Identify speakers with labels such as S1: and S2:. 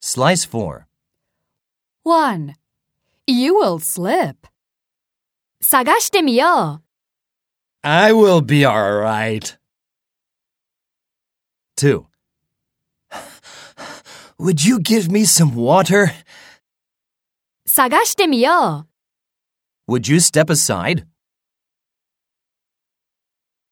S1: Slice 4.
S2: 1. You will slip. 探してみよう。
S1: I will be alright. 2. Would you give me some water?
S2: 探してみよう。
S1: Would you step aside?